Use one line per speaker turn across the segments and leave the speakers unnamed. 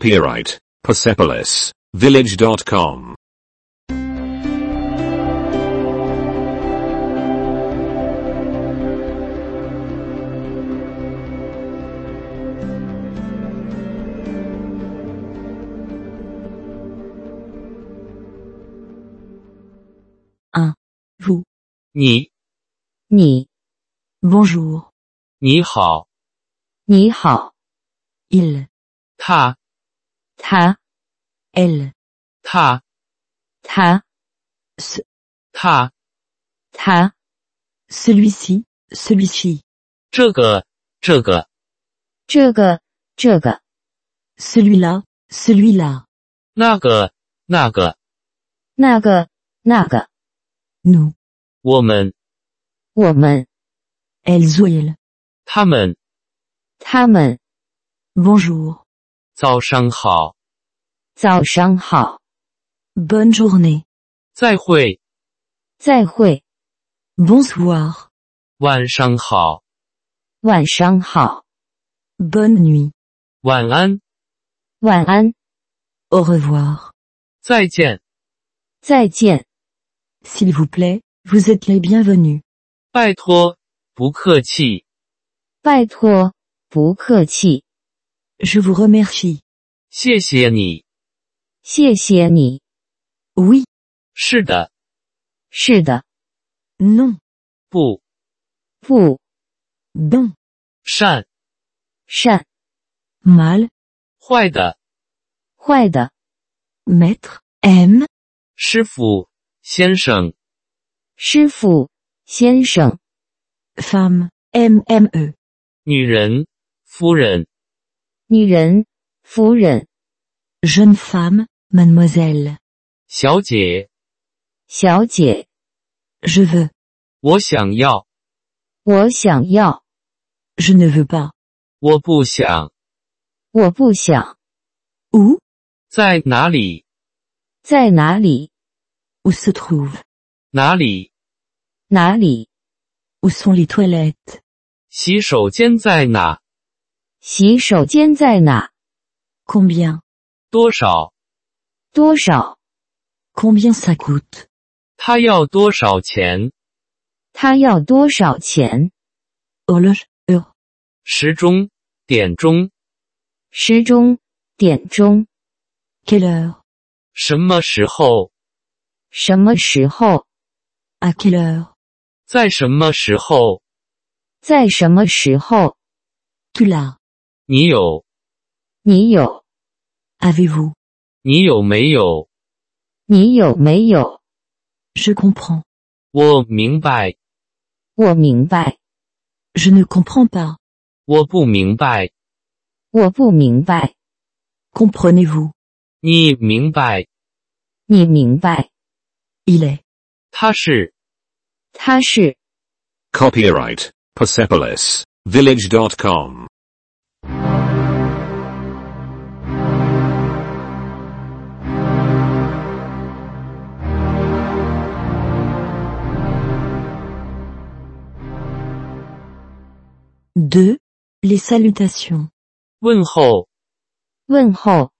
Copyright Persepolis Village.com.
Un. Vous.
你，
你. Bonjour.
你好，
你好. Il.
他，
他. Elle.
他，
他. Ce.
他，
他. Celui-ci. Celui-ci.
这个，这个，
这个, Celui-là. Celui-là.
那个，那个，
那个, Nous.
我们，
我们. Elles ou ils.
他们，
他们. Bonjour.
早上好，
早上好. Bonne journée.
再会，
再会. Bonsoir.
晚上好，
晚上好. Bonne nuit.
晚安，
晚安. Au revoir.
再见，
再见. S'il vous plaît, vous êtes les bienvenus.
拜托，不客气，
拜托，不客气。Je vous remercie.
谢谢你。
谢谢你。Oui,
是的，
是的。Non,
不
不。Bon,
善，
善。Mal,
坏的，
坏的。Maître, aime,
师傅，先生，
师傅，先生。Femme, E. mme,
女人，夫人，
女人，夫人。Jeune femme, mademoiselle,
小姐，
小姐。Je veux,
我想要，
我想要。Je ne veux pas,
我不想，
我不想。Où,
在哪里？
在哪里？Où se trouve,
哪里？
哪里？Où sont les toilettes?
洗手间在哪？
洗手间在哪？Combien?
多少？
多少？Combien ça coûte?
他要多少钱？
它要多少钱？Horloge, heure,
时钟、点钟，
时钟、点钟。Quelle heure?
什么时候？
什么时候 À quelle heure?
在什么时候？
在什么时候？Tu l'as?
你有？
你有？Avez-vous?
你有没有？
你有没有？Je comprends.
我明白，
我明白。Je ne comprends pas.
我不明白，
我不明白。Comprenez-vous?
你明白。
你明白。Il est.
他是
他是
Copyright Persepolis Village.com.
deux. Les salutations.
问候，
问候。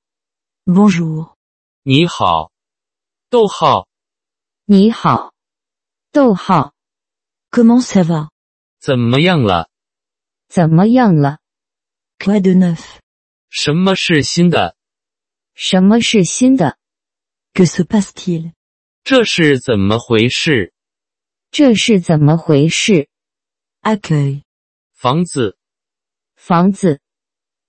Bonjour.
你好。逗号，
你好。逗号。Comment ça va?
怎么样了？
怎么样了？Quoi de neuf?
什么是新的？
什么是新的？Que se passe-t-il?
这是怎么回事？
这是怎么回事？Accueil.
房子，
房子。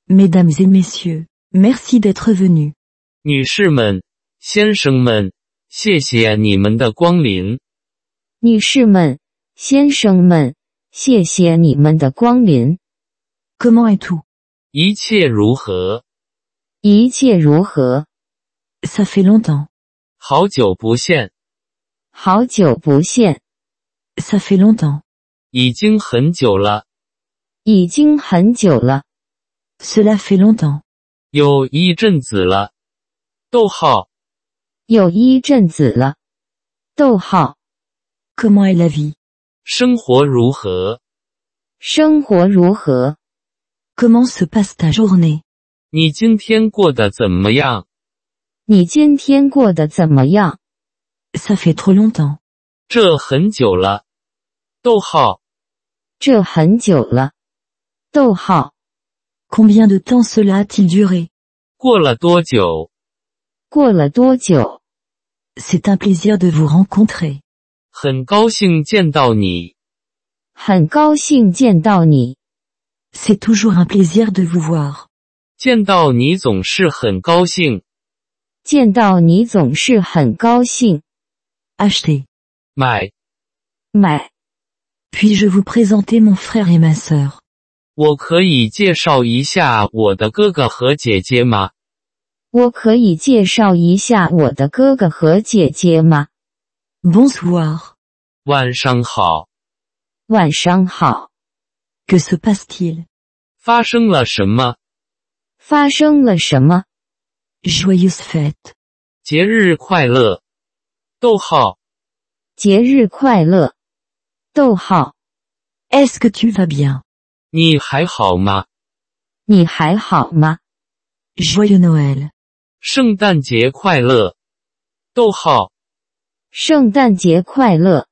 Mesdames et messieurs, merci d'être venus.
女士们，先生们，谢谢你们的光临。
女士们、先生们，谢谢你们的光临。Comment est-vous?
一切如何？
一切如何？Ça fait longtemps.
好久不见，
好久不见。Ça fait longtemps.
已经很久了，
已经很久了。Cela fait longtemps.
有一阵子了。逗号，
有一阵子了。逗号。Comment est la vie?
生活如何？
生活如何？Comment se passe ta journée?
你今天过得怎么样？
你今天过得怎么样？
Ça fait trop longtemps.
这很久了。逗号，
这很久了。逗号，
Combien de temps cela a-t-il duré
过了多久？
过了多久？
C'est un plaisir de vous rencontrer.
很高兴见到你，
很高兴见到你，
C'est toujours un plaisir de vous voir.
见到你总是很高兴。
见到你总是很高兴。
Acheter.
买，
买，
Puis-je vous présenter mon frère et ma sœur
我可以介绍一下我的哥哥和姐姐吗？
我可以介绍一下我的哥哥和姐姐吗？
Bonsoir.
晚上好，
晚上好，
Que se passe-t-il
发生了什么？
发生了什么？
Joyeuse fête.
节日快乐。逗号，
节日快乐。逗号，
Est-ce que tu vas bien
你还好吗？
你还好吗？
Joyeux Noël.
圣诞节快乐。逗号，
圣诞节快乐。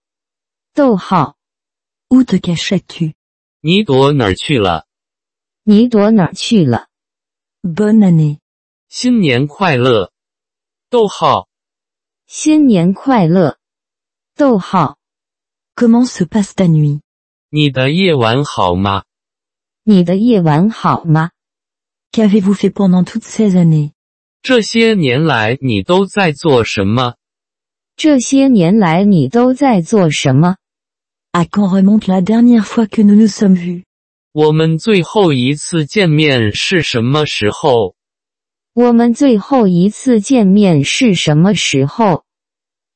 逗号，
Où te cachais-tu
你躲哪儿去了？
你躲哪儿去了？
Bonne année.
新年快乐。逗号，
新年快乐。逗号，
Comment se passe ta nuit
你的夜晚好吗？
你的夜晚好吗？
Qu'avez-vous fait pendant toutes ces années
这些年来你都在做什么？
这些年来你都在做什么？
À quand remonte la dernière fois que nous nous sommes vus
我们最后一次见面是什么时候？
我们最后一次见面是什么时候？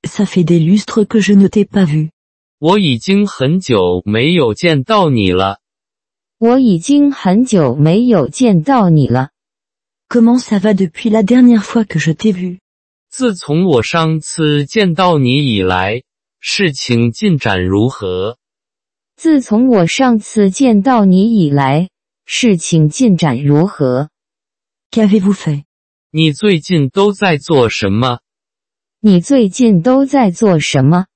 Ça fait des lustres que je ne t'ai pas vu.
我已经很久没有见到你了。
我已经很久没有见到你了。
Comment ça va depuis la dernière fois que je t'ai vu
自从我上次见到你以来，事情进展如何？
自从我上次见到你以来，事情进展如何？
Qu'avez-vous fait
你最近都在做什么？
你最近都在做什么？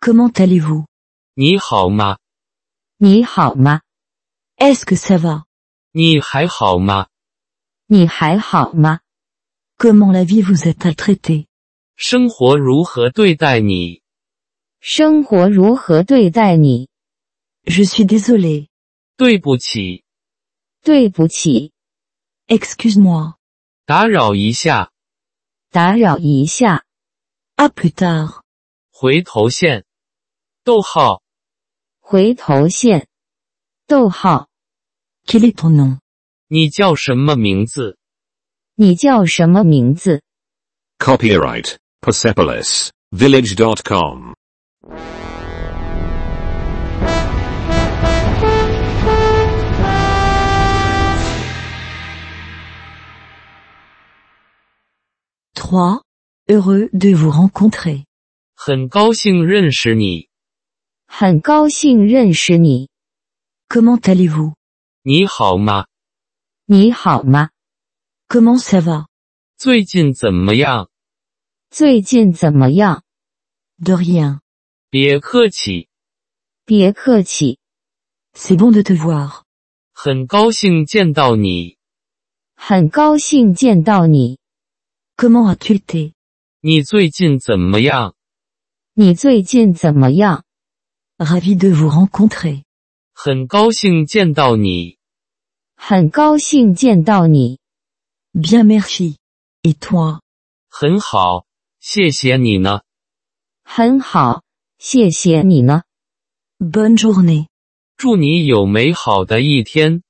Comment allez-vous
你好吗？
你好吗？
Est-ce que ça va
你还好吗？
你还好吗？
Comment la vie vous a-t-elle traité
生活如何对待你？
生活如何对待你？
Je suis désolée.
对不起，
对不起，
Excuse-moi.
打扰一下，
打扰一下。
À plus tard.
回头线。逗号，
回头线。逗号，
Quel est ton nom
你叫什么名字？
你叫什么名字？
Copyright Persepolis Village.com.
Trois. Heureux de vous rencontrer.
很高兴认识你，
很高兴认识你，
Comment allez-vous
你好吗？
你好吗？
Comment ça va
最近怎么样？
最近怎么样？
De rien.
别客气，
别客气，
C'est bon de te voir.
很高兴见到你。
很高兴见到你。
Comment as-tu été
你最近怎么样？
你最近怎么样？
Ravi de vous rencontrer.
很高兴见到你，
很高兴见到你，
Bien merci. Et toi
很好，谢谢你呢。
很好，谢谢你呢。
Bonne journée.
祝你有美好的一天。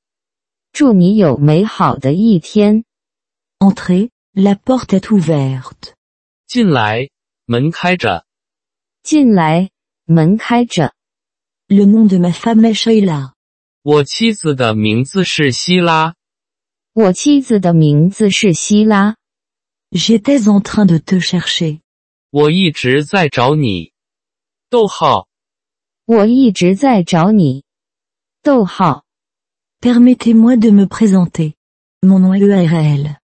祝你有美好的一天。
Entrez. La porte est ouverte.
进来，门开着。
进来，门开着。
Le nom de ma femme est Sheila.
我妻子的名字是希拉，
我妻子的名字是希拉，
J'étais en train de te chercher.
我一直在找你。逗号，
我一直在找你。逗号，
Permettez-moi de me présenter. Mon nom est E ERL.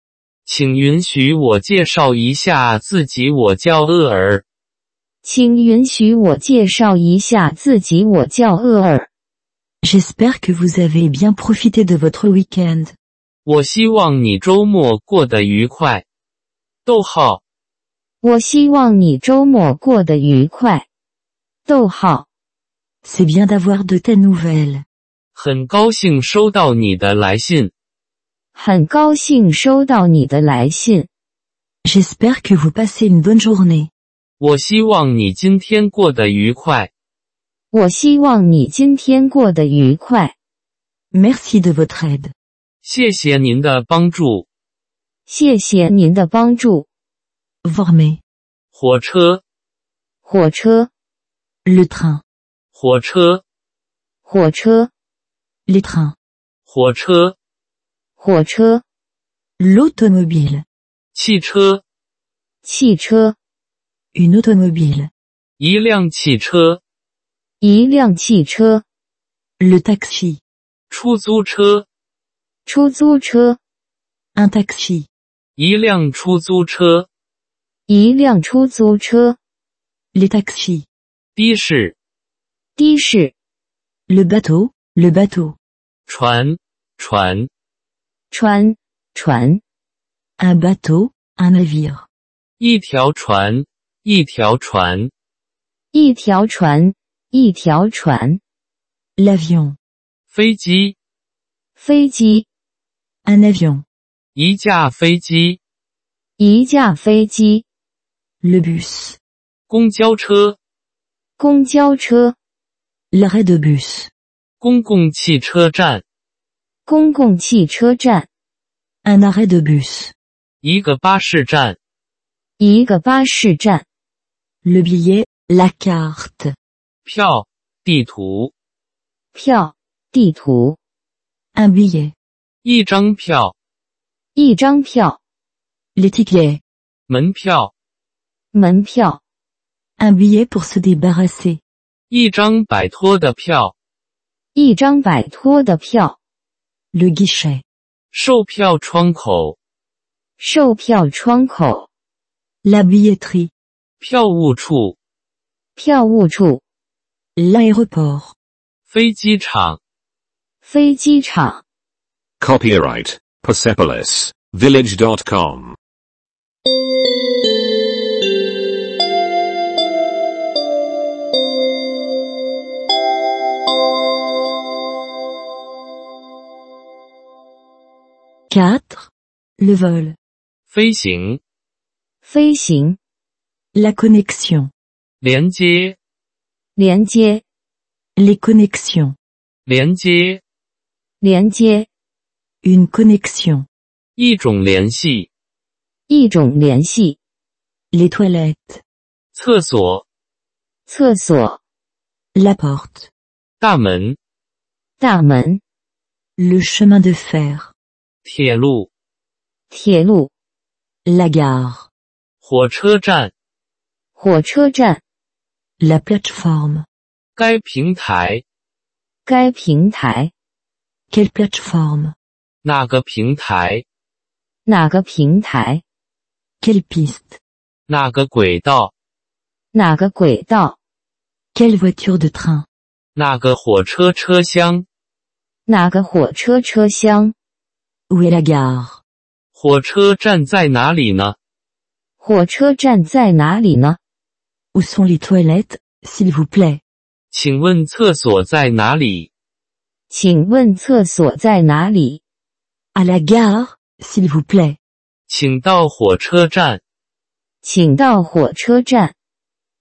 请允许我介绍一下自己，我叫厄尔。
请允许我介绍一下自己，我叫厄尔。
J'espère que vous avez bien profité de votre week-end.
我希望你周末过得愉快。逗号，
我希望你周末过得愉快。逗号，
C'est bien d'avoir de tes nouvelles.
很高兴收到你的来信。
很高兴收到你的来信。
J'espère que vous passez une bonne journée.
我希望你今天过得愉快。
我希望你今天过得愉快，
Merci de votre aide.
谢谢您的帮助。
谢谢您的帮助。
Vormez.
火车，
火车，
Le train.
火车，
火车，
Les trains.
火车，
火车，
L'automobile.
汽车，
汽车，
Une automobile.
一辆汽车，
一辆汽车，
Le taxi.
出租车，
出租车，
Un taxi.
一辆出租车，
一辆出租车，
Les taxis.
的士，
的士，
Le bateau. Le bateau.
船，船，
船，船，
Un bateau. Un navire.
一条船，一条船，
一条船，一条船，
L'avion.
飞机，
飞机，
Un avion.
一架飞机，
一架飞机，
Le bus.
公交车，
公交车，
L'arrêt de bus.
公共汽车站，
公共汽车站，
Un arrêt de bus.
一个巴士站，
一个巴士站，
Le billet. La carte.
票，地图，
票，地图，
Un billet.
一张票，
一张票，
Les tickets.
门票，
门票。
Un billet pour se débarrasser.
一张摆脱的票，
一张摆脱的票，
Le guichet.
售票窗口，
售票窗口，
La billetterie.
票务处，
票务处，
L'aéroport.
飞机场。
飞机场。
Copyright Persepolis Village.com.
Quatre. Le vol.
飞行、
飞行，
La connexion.
连接、
连接，
Les connexions.
连接，
连接，
Une connexion.
一种联系，
一种联系。
Les toilettes.
厕所、
厕所，
La porte.
大门、
大门，
Le chemin de fer.
铁路、
铁路，
La gare.
火车站。
火车站。
La plateforme.
该平台
该平台，
Quelle plateforme
哪个平台？
哪个平台，
Quelle piste
哪个轨道？
哪个轨道，
Quelle voiture de train
哪个火车车厢？
哪个火车车厢，
Où est la gare
火车站在哪里呢？
火车站在哪里呢？
Où sont les toilettes, s'il vous plaît
请问厕所在哪里？
请问厕所在哪里？
À la gare, s'il vous plaît.
请到火车站，
请到火车站，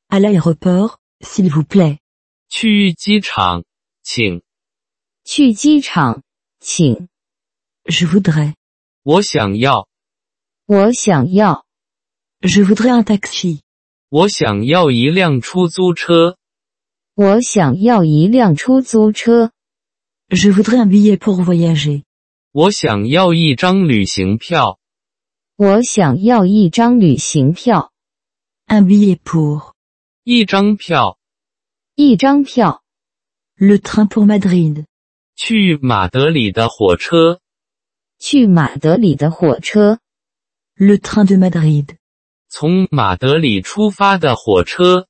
À l'aéroport, s'il vous plaît.
去机场，请。
去机场，请。
Je voudrais.
我想要，
我想要，
Je voudrais un taxi.
我想要一辆出租车，
我想要一辆出租车，
Je voudrais un billet pour voyager.
我想要一张旅行票。
我想要一张旅行票，
Un billet pour.
一张票
一张票，
Le train pour Madrid.
去马德里的火车，
去马德里的火车。
Le train de Madrid.
从马德里出发的火车，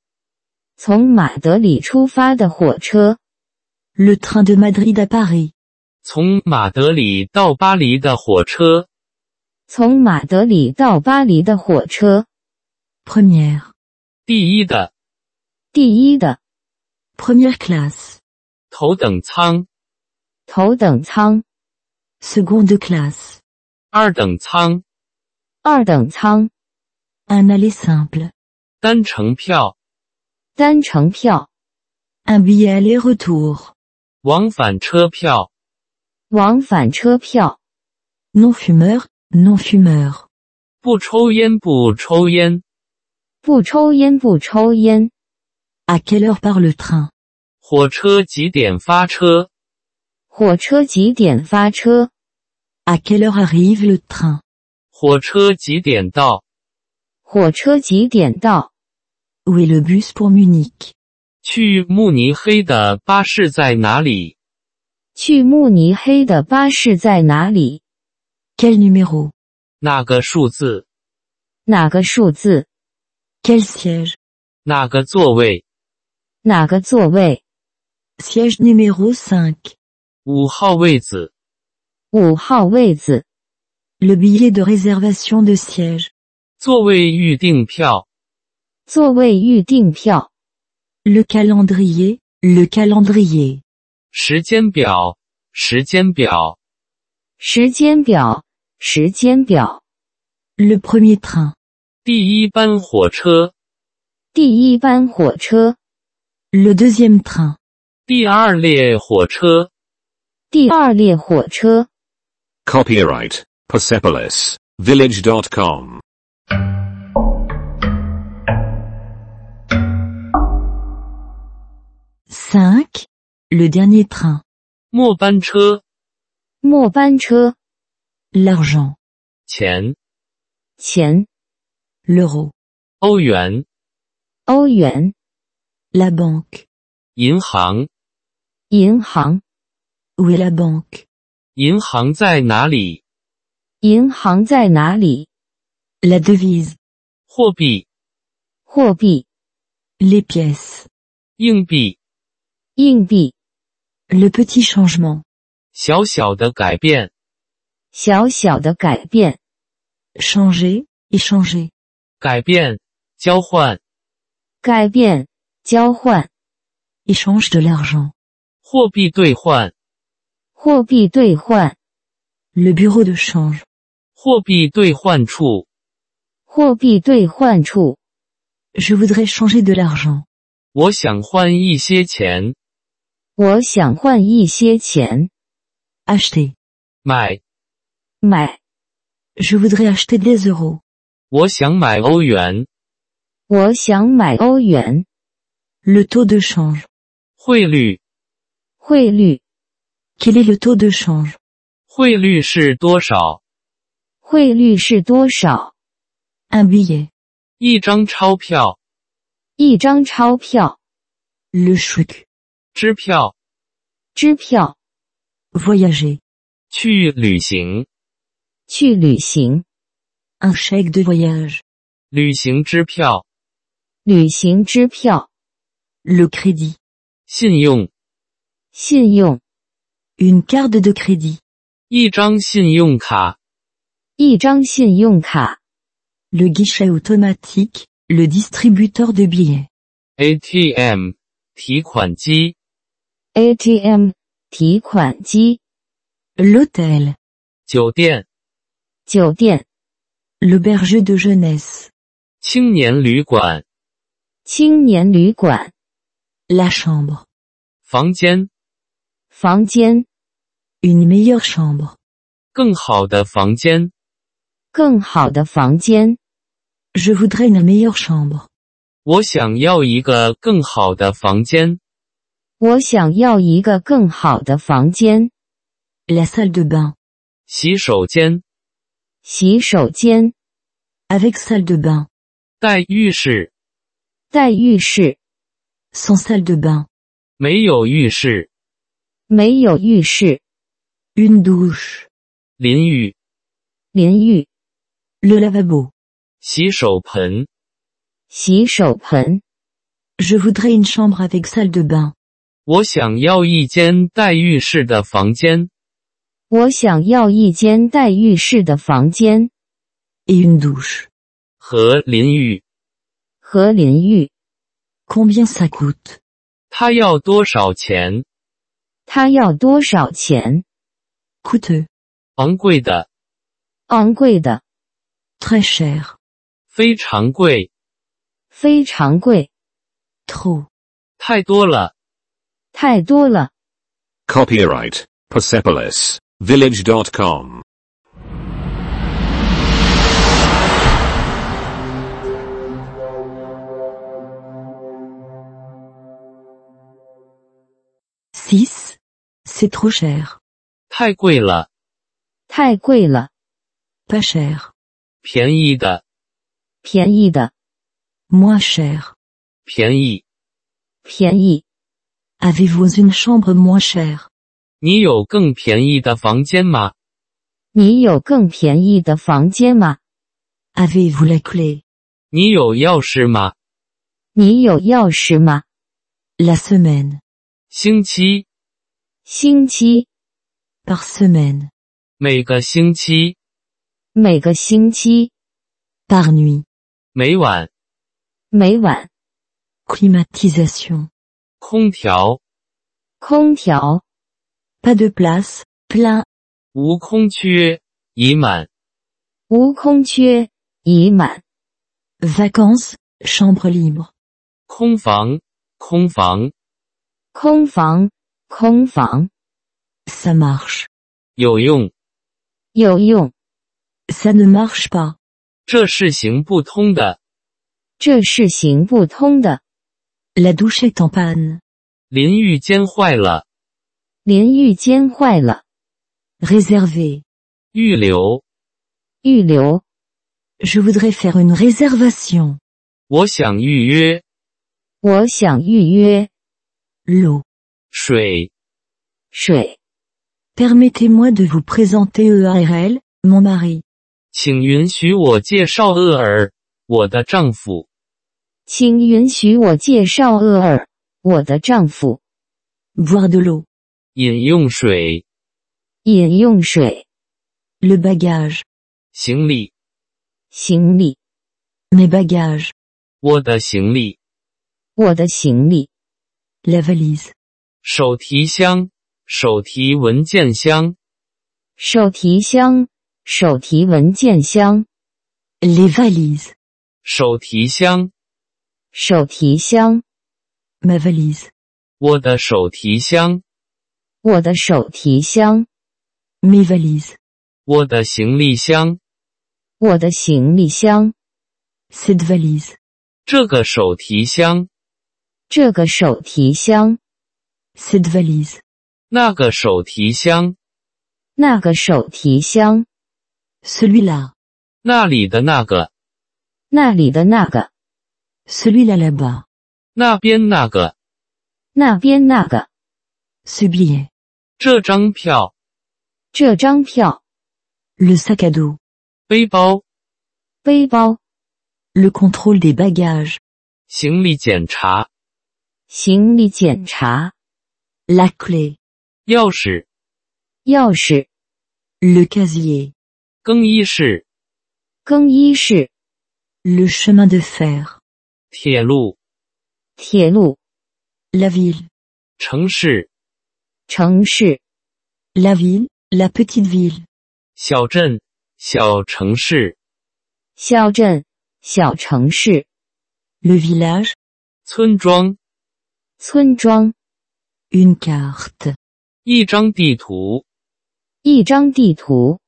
从马德里出发的火车，
Le train de Madrid à Paris.
从马德里到巴黎的火车，
从马德里到巴黎的火车，
Première.
第一的
第一的
Première classe.
头等舱、
头等舱、
Seconde classe.
二等舱、
二等舱、
Un aller simple.
单程票、
单程票、
Un billet aller-retour.
往返车票、
往返车票、
Non-fumeur, non-fumeur.
不抽烟不抽烟、
不抽烟不抽烟、
À quelle heure part le train
火车几点发车、
火车几点发车、
À quelle heure arrive le train
火车几点到、
火车几点到、
Où est le bus pour Munich
去慕尼黑的巴士在哪里、
去慕尼黑的巴士在哪里、
Quel numéro
那个数字、
哪个数字、
Quel siège
那个座位、
哪个座位、
Siège numéro 5.
五号位子、
五号位子、
Le billet de réservation de siège.
座位预订票、
座位预订票、
Le calendrier. Le calendrier.
时间表、时间表、
时间表、时间表、
Le premier train.
第一班火车、
第一班火车、
Le deuxième train.
第二列火车、
第二列火车。
Copyright Persepolis Village.com.
Cinq. Le dernier train.
末班车、
末班车、
L'argent.
钱、
钱、
L'euro.
欧元、
欧元、
La banque.
银行。
银行、
Où est la banque
银行在哪里？
银行在哪里？
La devise.
货币、
货币、
Les pièces.
硬币，
硬币、
Le petit changement.
小小的改变，
小小的改变、
Changer. Échanger.
改变，交换，
改变、交换、
Échange de l'argent.
货币兑换，
货币兑换、
Le bureau de change.
货币兑换处，
货币兑换处。
Je voudrais changer de l'argent.
我想换一些钱，
我想换一些钱，
Acheter.
买，
买。
Je voudrais acheter des euros.
我想买欧元，
我想买欧元，
Le taux de change.
汇率，
汇率，
Quel est le taux de change
汇率是多少？
汇率是多少？
Un billet.
一张钞票、
一张钞票、
Le chouc.
支票，
支票，
Voyager.
去旅行，
去旅行，
Un chèque de voyage.
旅行支票，
旅行支票，
Le crédit.
信用，
信用，
Une carte de crédit.
一张信用卡，
一张信用卡，
Le guichet automatique. Le distributeur de billets.
ATM 提款机、
ATM 提款机、
L'hôtel.
酒店、
酒店、
Le berger de jeunesse.
青年旅馆、
青年旅馆、
La chambre.
房间、
房间、
Une meilleure chambre.
更好的房间、
更好的房间。
Je voudrais une meilleure chambre.
我想要一个更好的房间、
我想要一个更好的房间，
La salle de bain.
洗手间、
洗手间、
Avec salle de bain.
带浴室、
带浴室，
Sans salle de bain.
没有浴室、
没有浴室，
Une douche.
淋浴、
淋浴、
Le lavabo.
洗手盆、
洗手盆。
Je voudrais une chambre avec salle de bain.
我想要一间带浴室的房间，
我想要一间带浴室的房间
Et une douche.
和淋浴，
和淋浴。
Combien ça coûte
它要多少钱？
它要多少钱？
Coûteux.
昂贵的，
昂贵的，
Très cher.
非常贵，
非常贵，
Trop.
太多了。
太多了。
Copyright Persepolis Village.com.
Six. C'est trop cher.
太贵了，
太贵了，
Pas cher.
便宜的，
便宜的，
Moins cher.
便宜。
便宜。
Avez-vous une chambre moins chère
你有更便宜的房间吗？
你有更便宜的房间吗？
Avez-vous la clé
你有钥匙吗？
你有钥匙吗？
La semaine.
星期，
星期，
Par semaine.
每个星期，
每个星期，
Par nuit.
每晚，
每晚，
Climatisation.
空调，
空调，
Pas de place. Plein.
无空缺，已满。
无空缺，已满。
Vacances. Chambre libre.
空房，空房，
空房，空房，
Ça marche.
有用，
有用。
Ça ne marche pas.
这是行不通的。
这是行不通的。
La douche est en panne.
淋浴间坏了，
淋浴间坏了，
Réservé.
预留。
预留。
Je voudrais faire une réservation.
我想预约
我想预约
L'eau.
水，
水，
Permettez-moi de vous présenter E EARL, mon mari.
请允许我介绍厄尔，我的丈夫。
请允许我介绍厄尔，我的丈夫。
Boire de l'eau.
饮用水，
饮用水、
Le bagage.
行李，
行李，
Mes bagages.
我的行李，
我的行李。
La valise.
手提箱，手提文件箱，
手提箱、手提文件箱、
Les valises.
手提箱，
手提箱、
Ma valise.
我的手提箱，
我的手提箱、
Mes valises.
我的行李箱，
我的行李箱、
Cette valise.
这个手提箱，
这个手提箱、
Cette valise.
那个手提箱，
那个手提箱、
Celui-là.
那里的那个，
那里的那个、
Celui-là là-bas.
那边那个，
那边那个、
Ce billet.
这张票，
这张票、
Le sac à dos.
背包，
背包、
Le contrôle des bagages.
行李检查，
行李检查、
La clé.
钥匙，
钥匙、
Le casier.
更衣室，
更衣室、
Le chemin de fer.
铁路，
铁路、
La ville.
城市，
城市、
La ville. La petite ville.
小镇，小城市，
小镇、小城市、
Le village.
村庄，
村庄。
Une carte.
一张地图，
一张地图。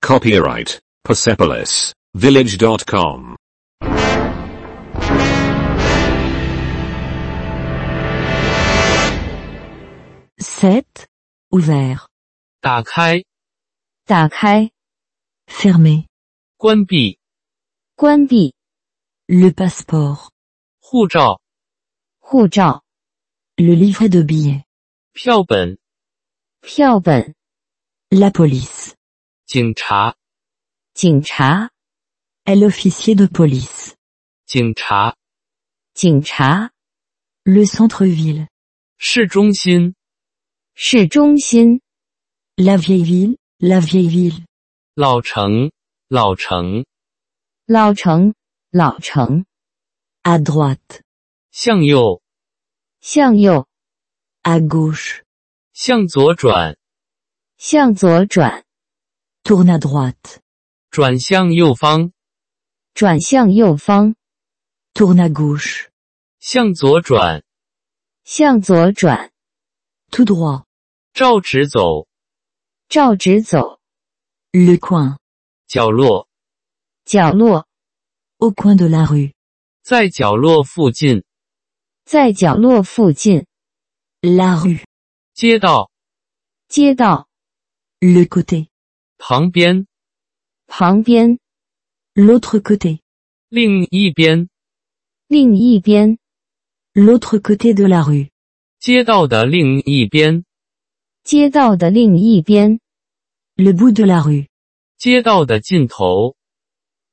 Copyright Persepolis Village.com.
Sept. Ouvert.
打开，
打开、
Fermé.
关闭，
关闭、
Le passeport.
护照，
护照、
Le livret de billets.
票本，
票本、
La police.
警察，
警察，
est l'officier de police.
警察，
警察，
Le centre-ville.
市中心，
市中心，
La vieille ville, la vieille ville.
老城，老城，
老城，老城，
À droite.
向右，
向右，
À gauche.
向左转，
向左转，
Tourne à droite.
转向右方，
转向右方，
Tourne à gauche.
向左转，
向左转，
Tout droit.
照直走，
照直走，
Le coin.
角落，
角落，
Au coin de la rue.
在角落附近，
在角落附近，
La rue.
街道
街道
Le côté.
旁边，
旁边，
L'autre côté.
另一边，
另一边，
L'autre côté de la rue.
街道的另一边，
街道的另一边，
Le bout de la rue.
街道的尽头，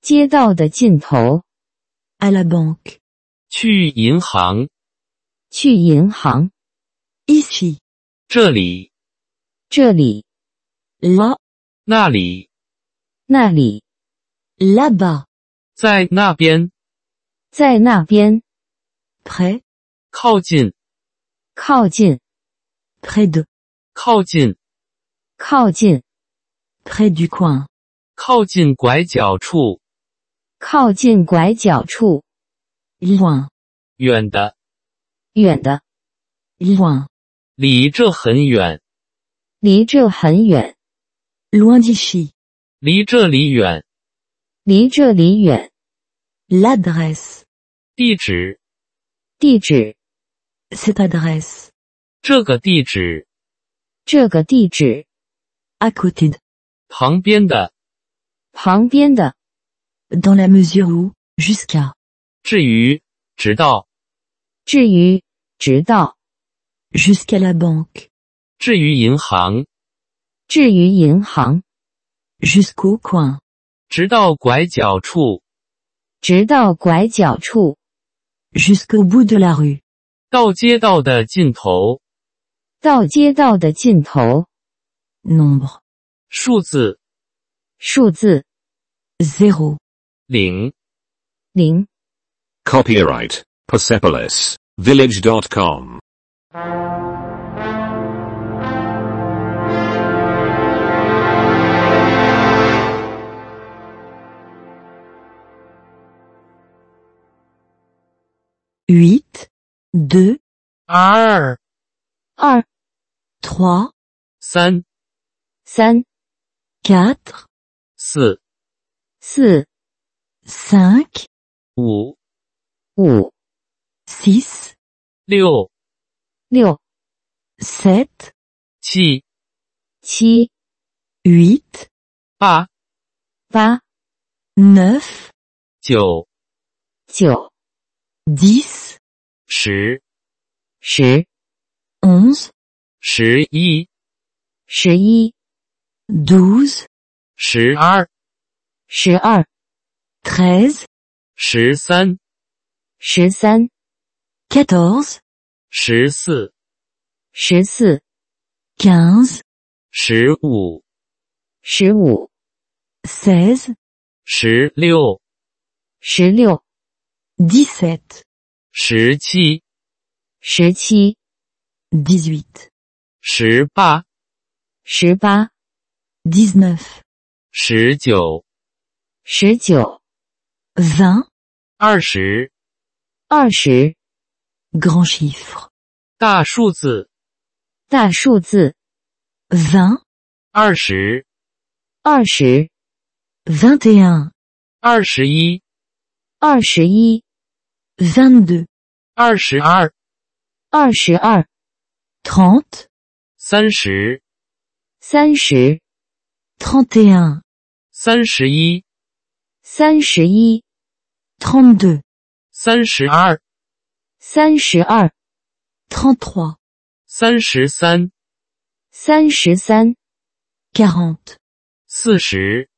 街道的尽头，
À la banque.
去银行，
去银行，
Ici.
这里，
这里，
Là.
那里，
那里，
Là-bas.
在那边，
在那边，
Près.
靠近，
靠近，
Près de.
靠近，
靠近，
Près du coin.
靠近拐角处，
靠近拐角处，
Loin.
远的，
远的，
Loin.
离这很远，
离这很远，
Loin d'ici.
离这里远，
离这里远，
L'adresse.
地址，
地址，
Cette adresse.
这个地址，
这个地址，
À côté de.
旁边的，
旁边的，
Dans la mesure où. Jusqu'à.
至于，直到，
至于，直到，
Jusqu'à la banque.
至于银行，
至于银行，
Jusqu'au coin.
直到拐角处，
直到拐角处，
Jusqu'au bout de la rue.
到街道的尽头，
到街道的尽头，
Nombre.
数字
数字
0.
零。
零。
Copyright Persepolis Village.com.
Huit, deux,
二
二
trois,
三
三
quatre,
四
四
cinq,
五
五
six,
六
六
sept,
七
七
huit,
八
八
neuf,
九
九
dix,
十
十
onze,
十一
十一
douze,
十二
十二
treize,
十三
十三
quatorze,
十四
十四
quinze,
十五
十五
seize,
十六
十六
dix-sept,
十七
十七
dix-huit,
十八
十八
dix-neuf,
十九
十九
vingt,
二十
二十
grand chiffre,
大数字
大数字
vingt,
二十
二十
vingt et un,
二十一
二十一
vingt-deux,
二十二
二十二
trente,
三十
三十
trente et un,
三十一
三十一
trente-deux,
三十二
三十二
trente-trois,
三十三
三十三
quarante,
三四十、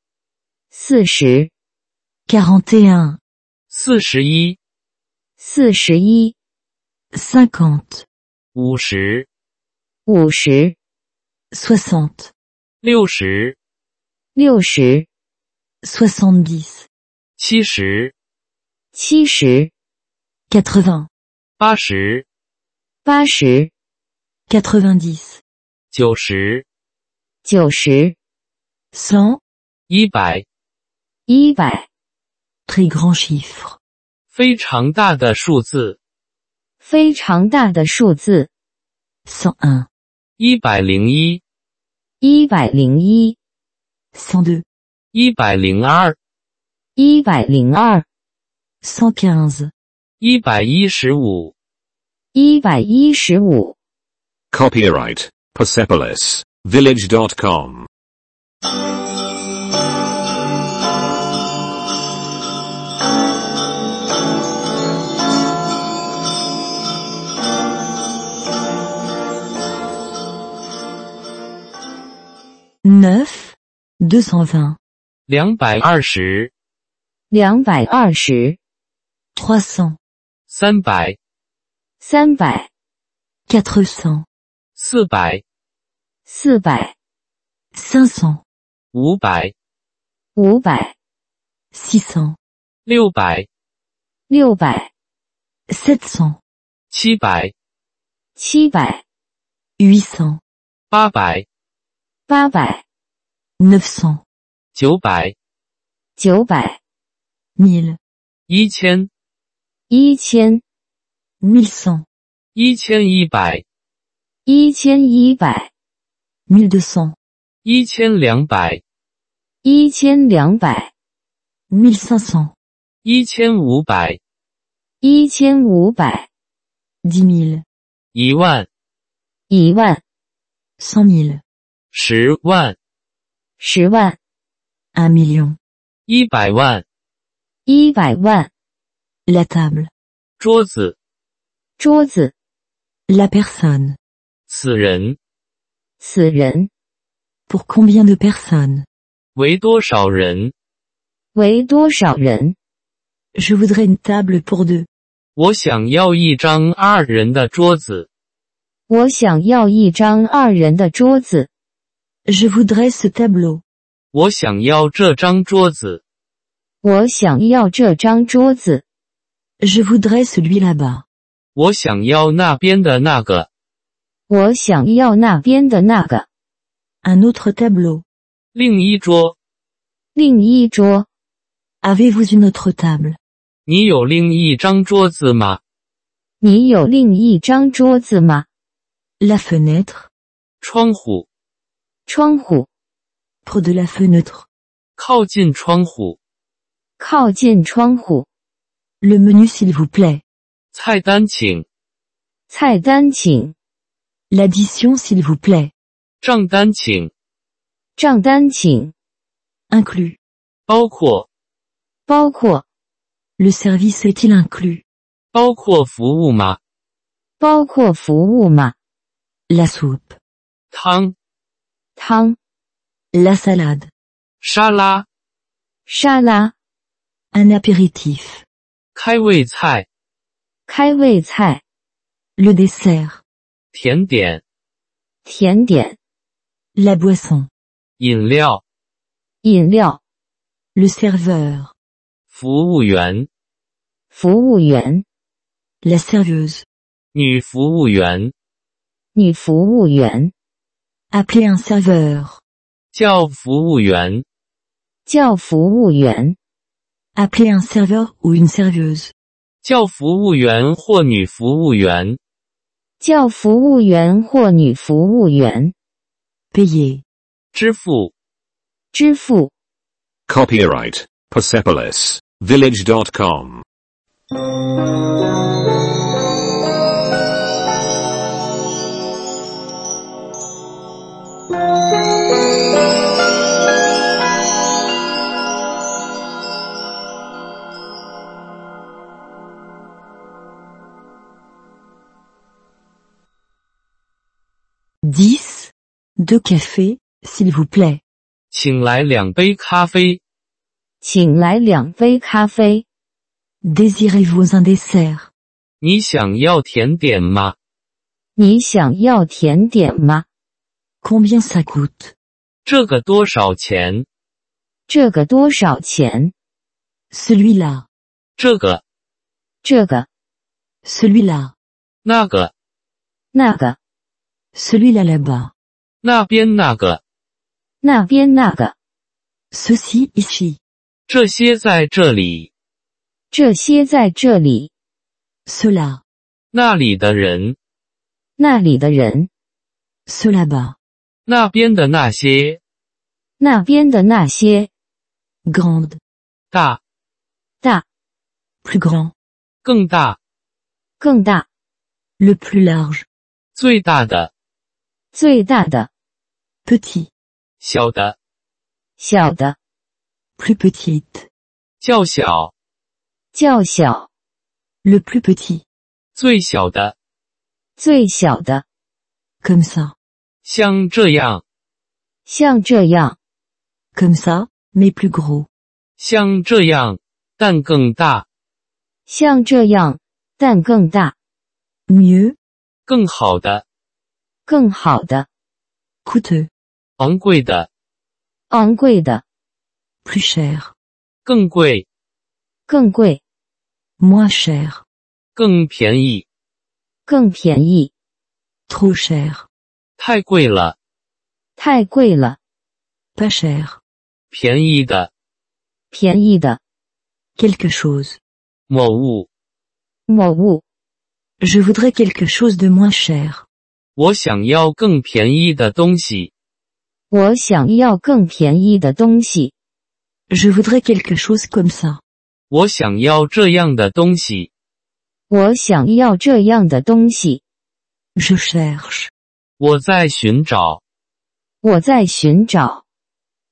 四十、
41,
四十一、
四十一、
50,
五十、
五十、
60,
六十、
六十、
70,
七十、
七十、
80,
八十、
八十、
90,
九十、
九十、
100,
一百，
一百，
très grand chiffre.
非常大的数字。
非常大的数字，
101,
一百零一、
一百零一、
102,
一百零二、
一百零二、
115,
一百一十五、
一百一十五。
Copyright Persepolis Village.com.
neuf, 220,
两百二十、
两百二十、
300,
三百、
三百、
400,
四百、
四百、
500,
五百、
五百、
600,
六百、
六百、
700,
七百、
七百、
800,
八百、
八百、
900,
九百、
九百、
1000,
一千、
一千、
1100,
一千一百、
一千一百、
1200,
一千两百、
一千两百、
1500,
一千五百、
一千五百、
10 000,
一万、
一万、
100 000,
十万、
十万、
1 million.
一百万。
一百万。
La table,
桌子、
桌子、
la personne.
此人
此人
Pour combien de personnes
为多少人？
为多少人？
Je voudrais une table pour deux.
我想要一张二人的桌子。
我想要一张二人的桌子，
Je voudrais ce tableau.
我想要这张桌子。
我想要这张桌子，
Je voudrais celui là-bas.
我想要那边的那个，
我想要那边的那个。
Un autre tableau.
另一桌。
另一桌，
Avez-vous une autre table
你有另一张桌子吗？
你有另一张桌子吗？
La fenêtre.
窗户，
窗户，
Près de la fenêtre.
靠近窗户，
靠近窗户。
Le menu s'il vous plaît.
菜单请，
菜单请，
L'addition s'il vous plaît.
账单请，
账单请，
Inclus.
包括
包括，
Le service est-il inclus
包括服务吗？
包括服务吗？
La soupe.
汤、
汤、
La salade.
沙拉、
沙拉、
Un apéritif.
开胃菜、
开胃菜、
Le dessert.
甜点、
甜点、
La boisson.
饮料、
饮料。
Le serveur.
服务员、
服务员、
La serveuse.
女服务员。
女服务员、
Appeler un serveur.
叫服务员，
叫服务员、
Appeler un serveur ou une serveuse.
叫服务员或女服务员，
叫服务员或女服务员、
Payer.
支付
支付、
Copyright Persepolis Village.com.
Dix. Deux cafés, s'il vous plaît.
请来两杯咖啡。
请来两杯咖啡。
Désirez-vous un dessert
你想要甜点吗？
你想要甜点吗？
Combien ça coûte
这个多少钱？
这个多少钱？
Celui-là.
这个、
这个、
Celui-là.
那个、
那个、
Celui-là là-bas.
那边那个，
那边那个，
Ceci ici.
这些在这里，
这些在这里，
Cela.
那里的人，
那里的人，
Ceux là-bas.
那边的那些，
那边的那些，
Grande.
大、
大、
Plus grand.
更大、
更大、
Le plus large.
最大的、
最大的、
Petit.
小的、
小的、
Plus petite.
较小、
较小、
Le plus petit.
最小的，
最小的，
Comme ça.
像这样，
像这样，
Comme ça, mais plus gros.
像这样，但更大，
像这样，但更大、
Mieux.
更好的，
更好的、
Coûteux.
昂贵的，
昂贵的、
Plus cher.
更贵，
更贵、
Moins cher.
更便宜，
更便宜、
Trop cher.
太贵了，
太贵了、
Pas cher.
便宜的
便宜的、
Quelque chose.
某物，
某物。
Je voudrais quelque chose de moins cher.
我想要更便宜的东西，
我想要更便宜的东西，
Je voudrais quelque chose comme ça.
我想要这样的东西，
我想要这样的东西，
Je cherche.
我在寻找，
我在寻找，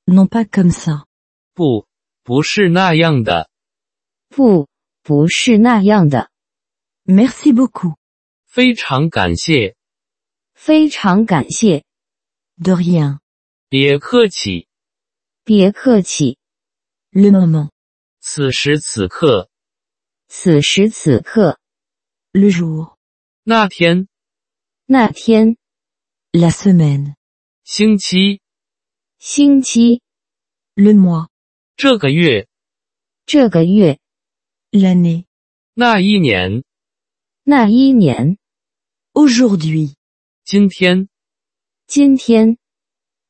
Non pas comme ça.
不，不是那样的，
不，不是那样的。
Merci beaucoup.
非常感谢，
非常感谢，
De rien.
别客气，
别客气。
Le moment.
此时此刻，
此时此刻，
Le jour.
那天，
那天，
La semaine.
星期，
星期，
Le mois.
这个月，
这个月，
L'année.
那一年，
那一年，
Aujourd'hui.
今天，
今天，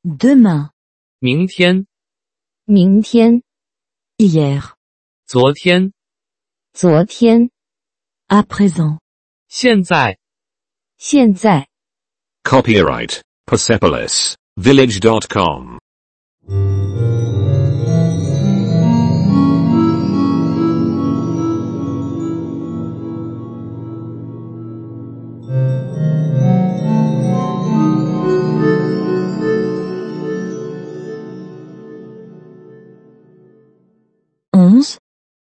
Demain.
明天，
明天，
Hier.
昨天，
昨天，
À présent.
现在，
现在。
Copyright Persepolis Village.com.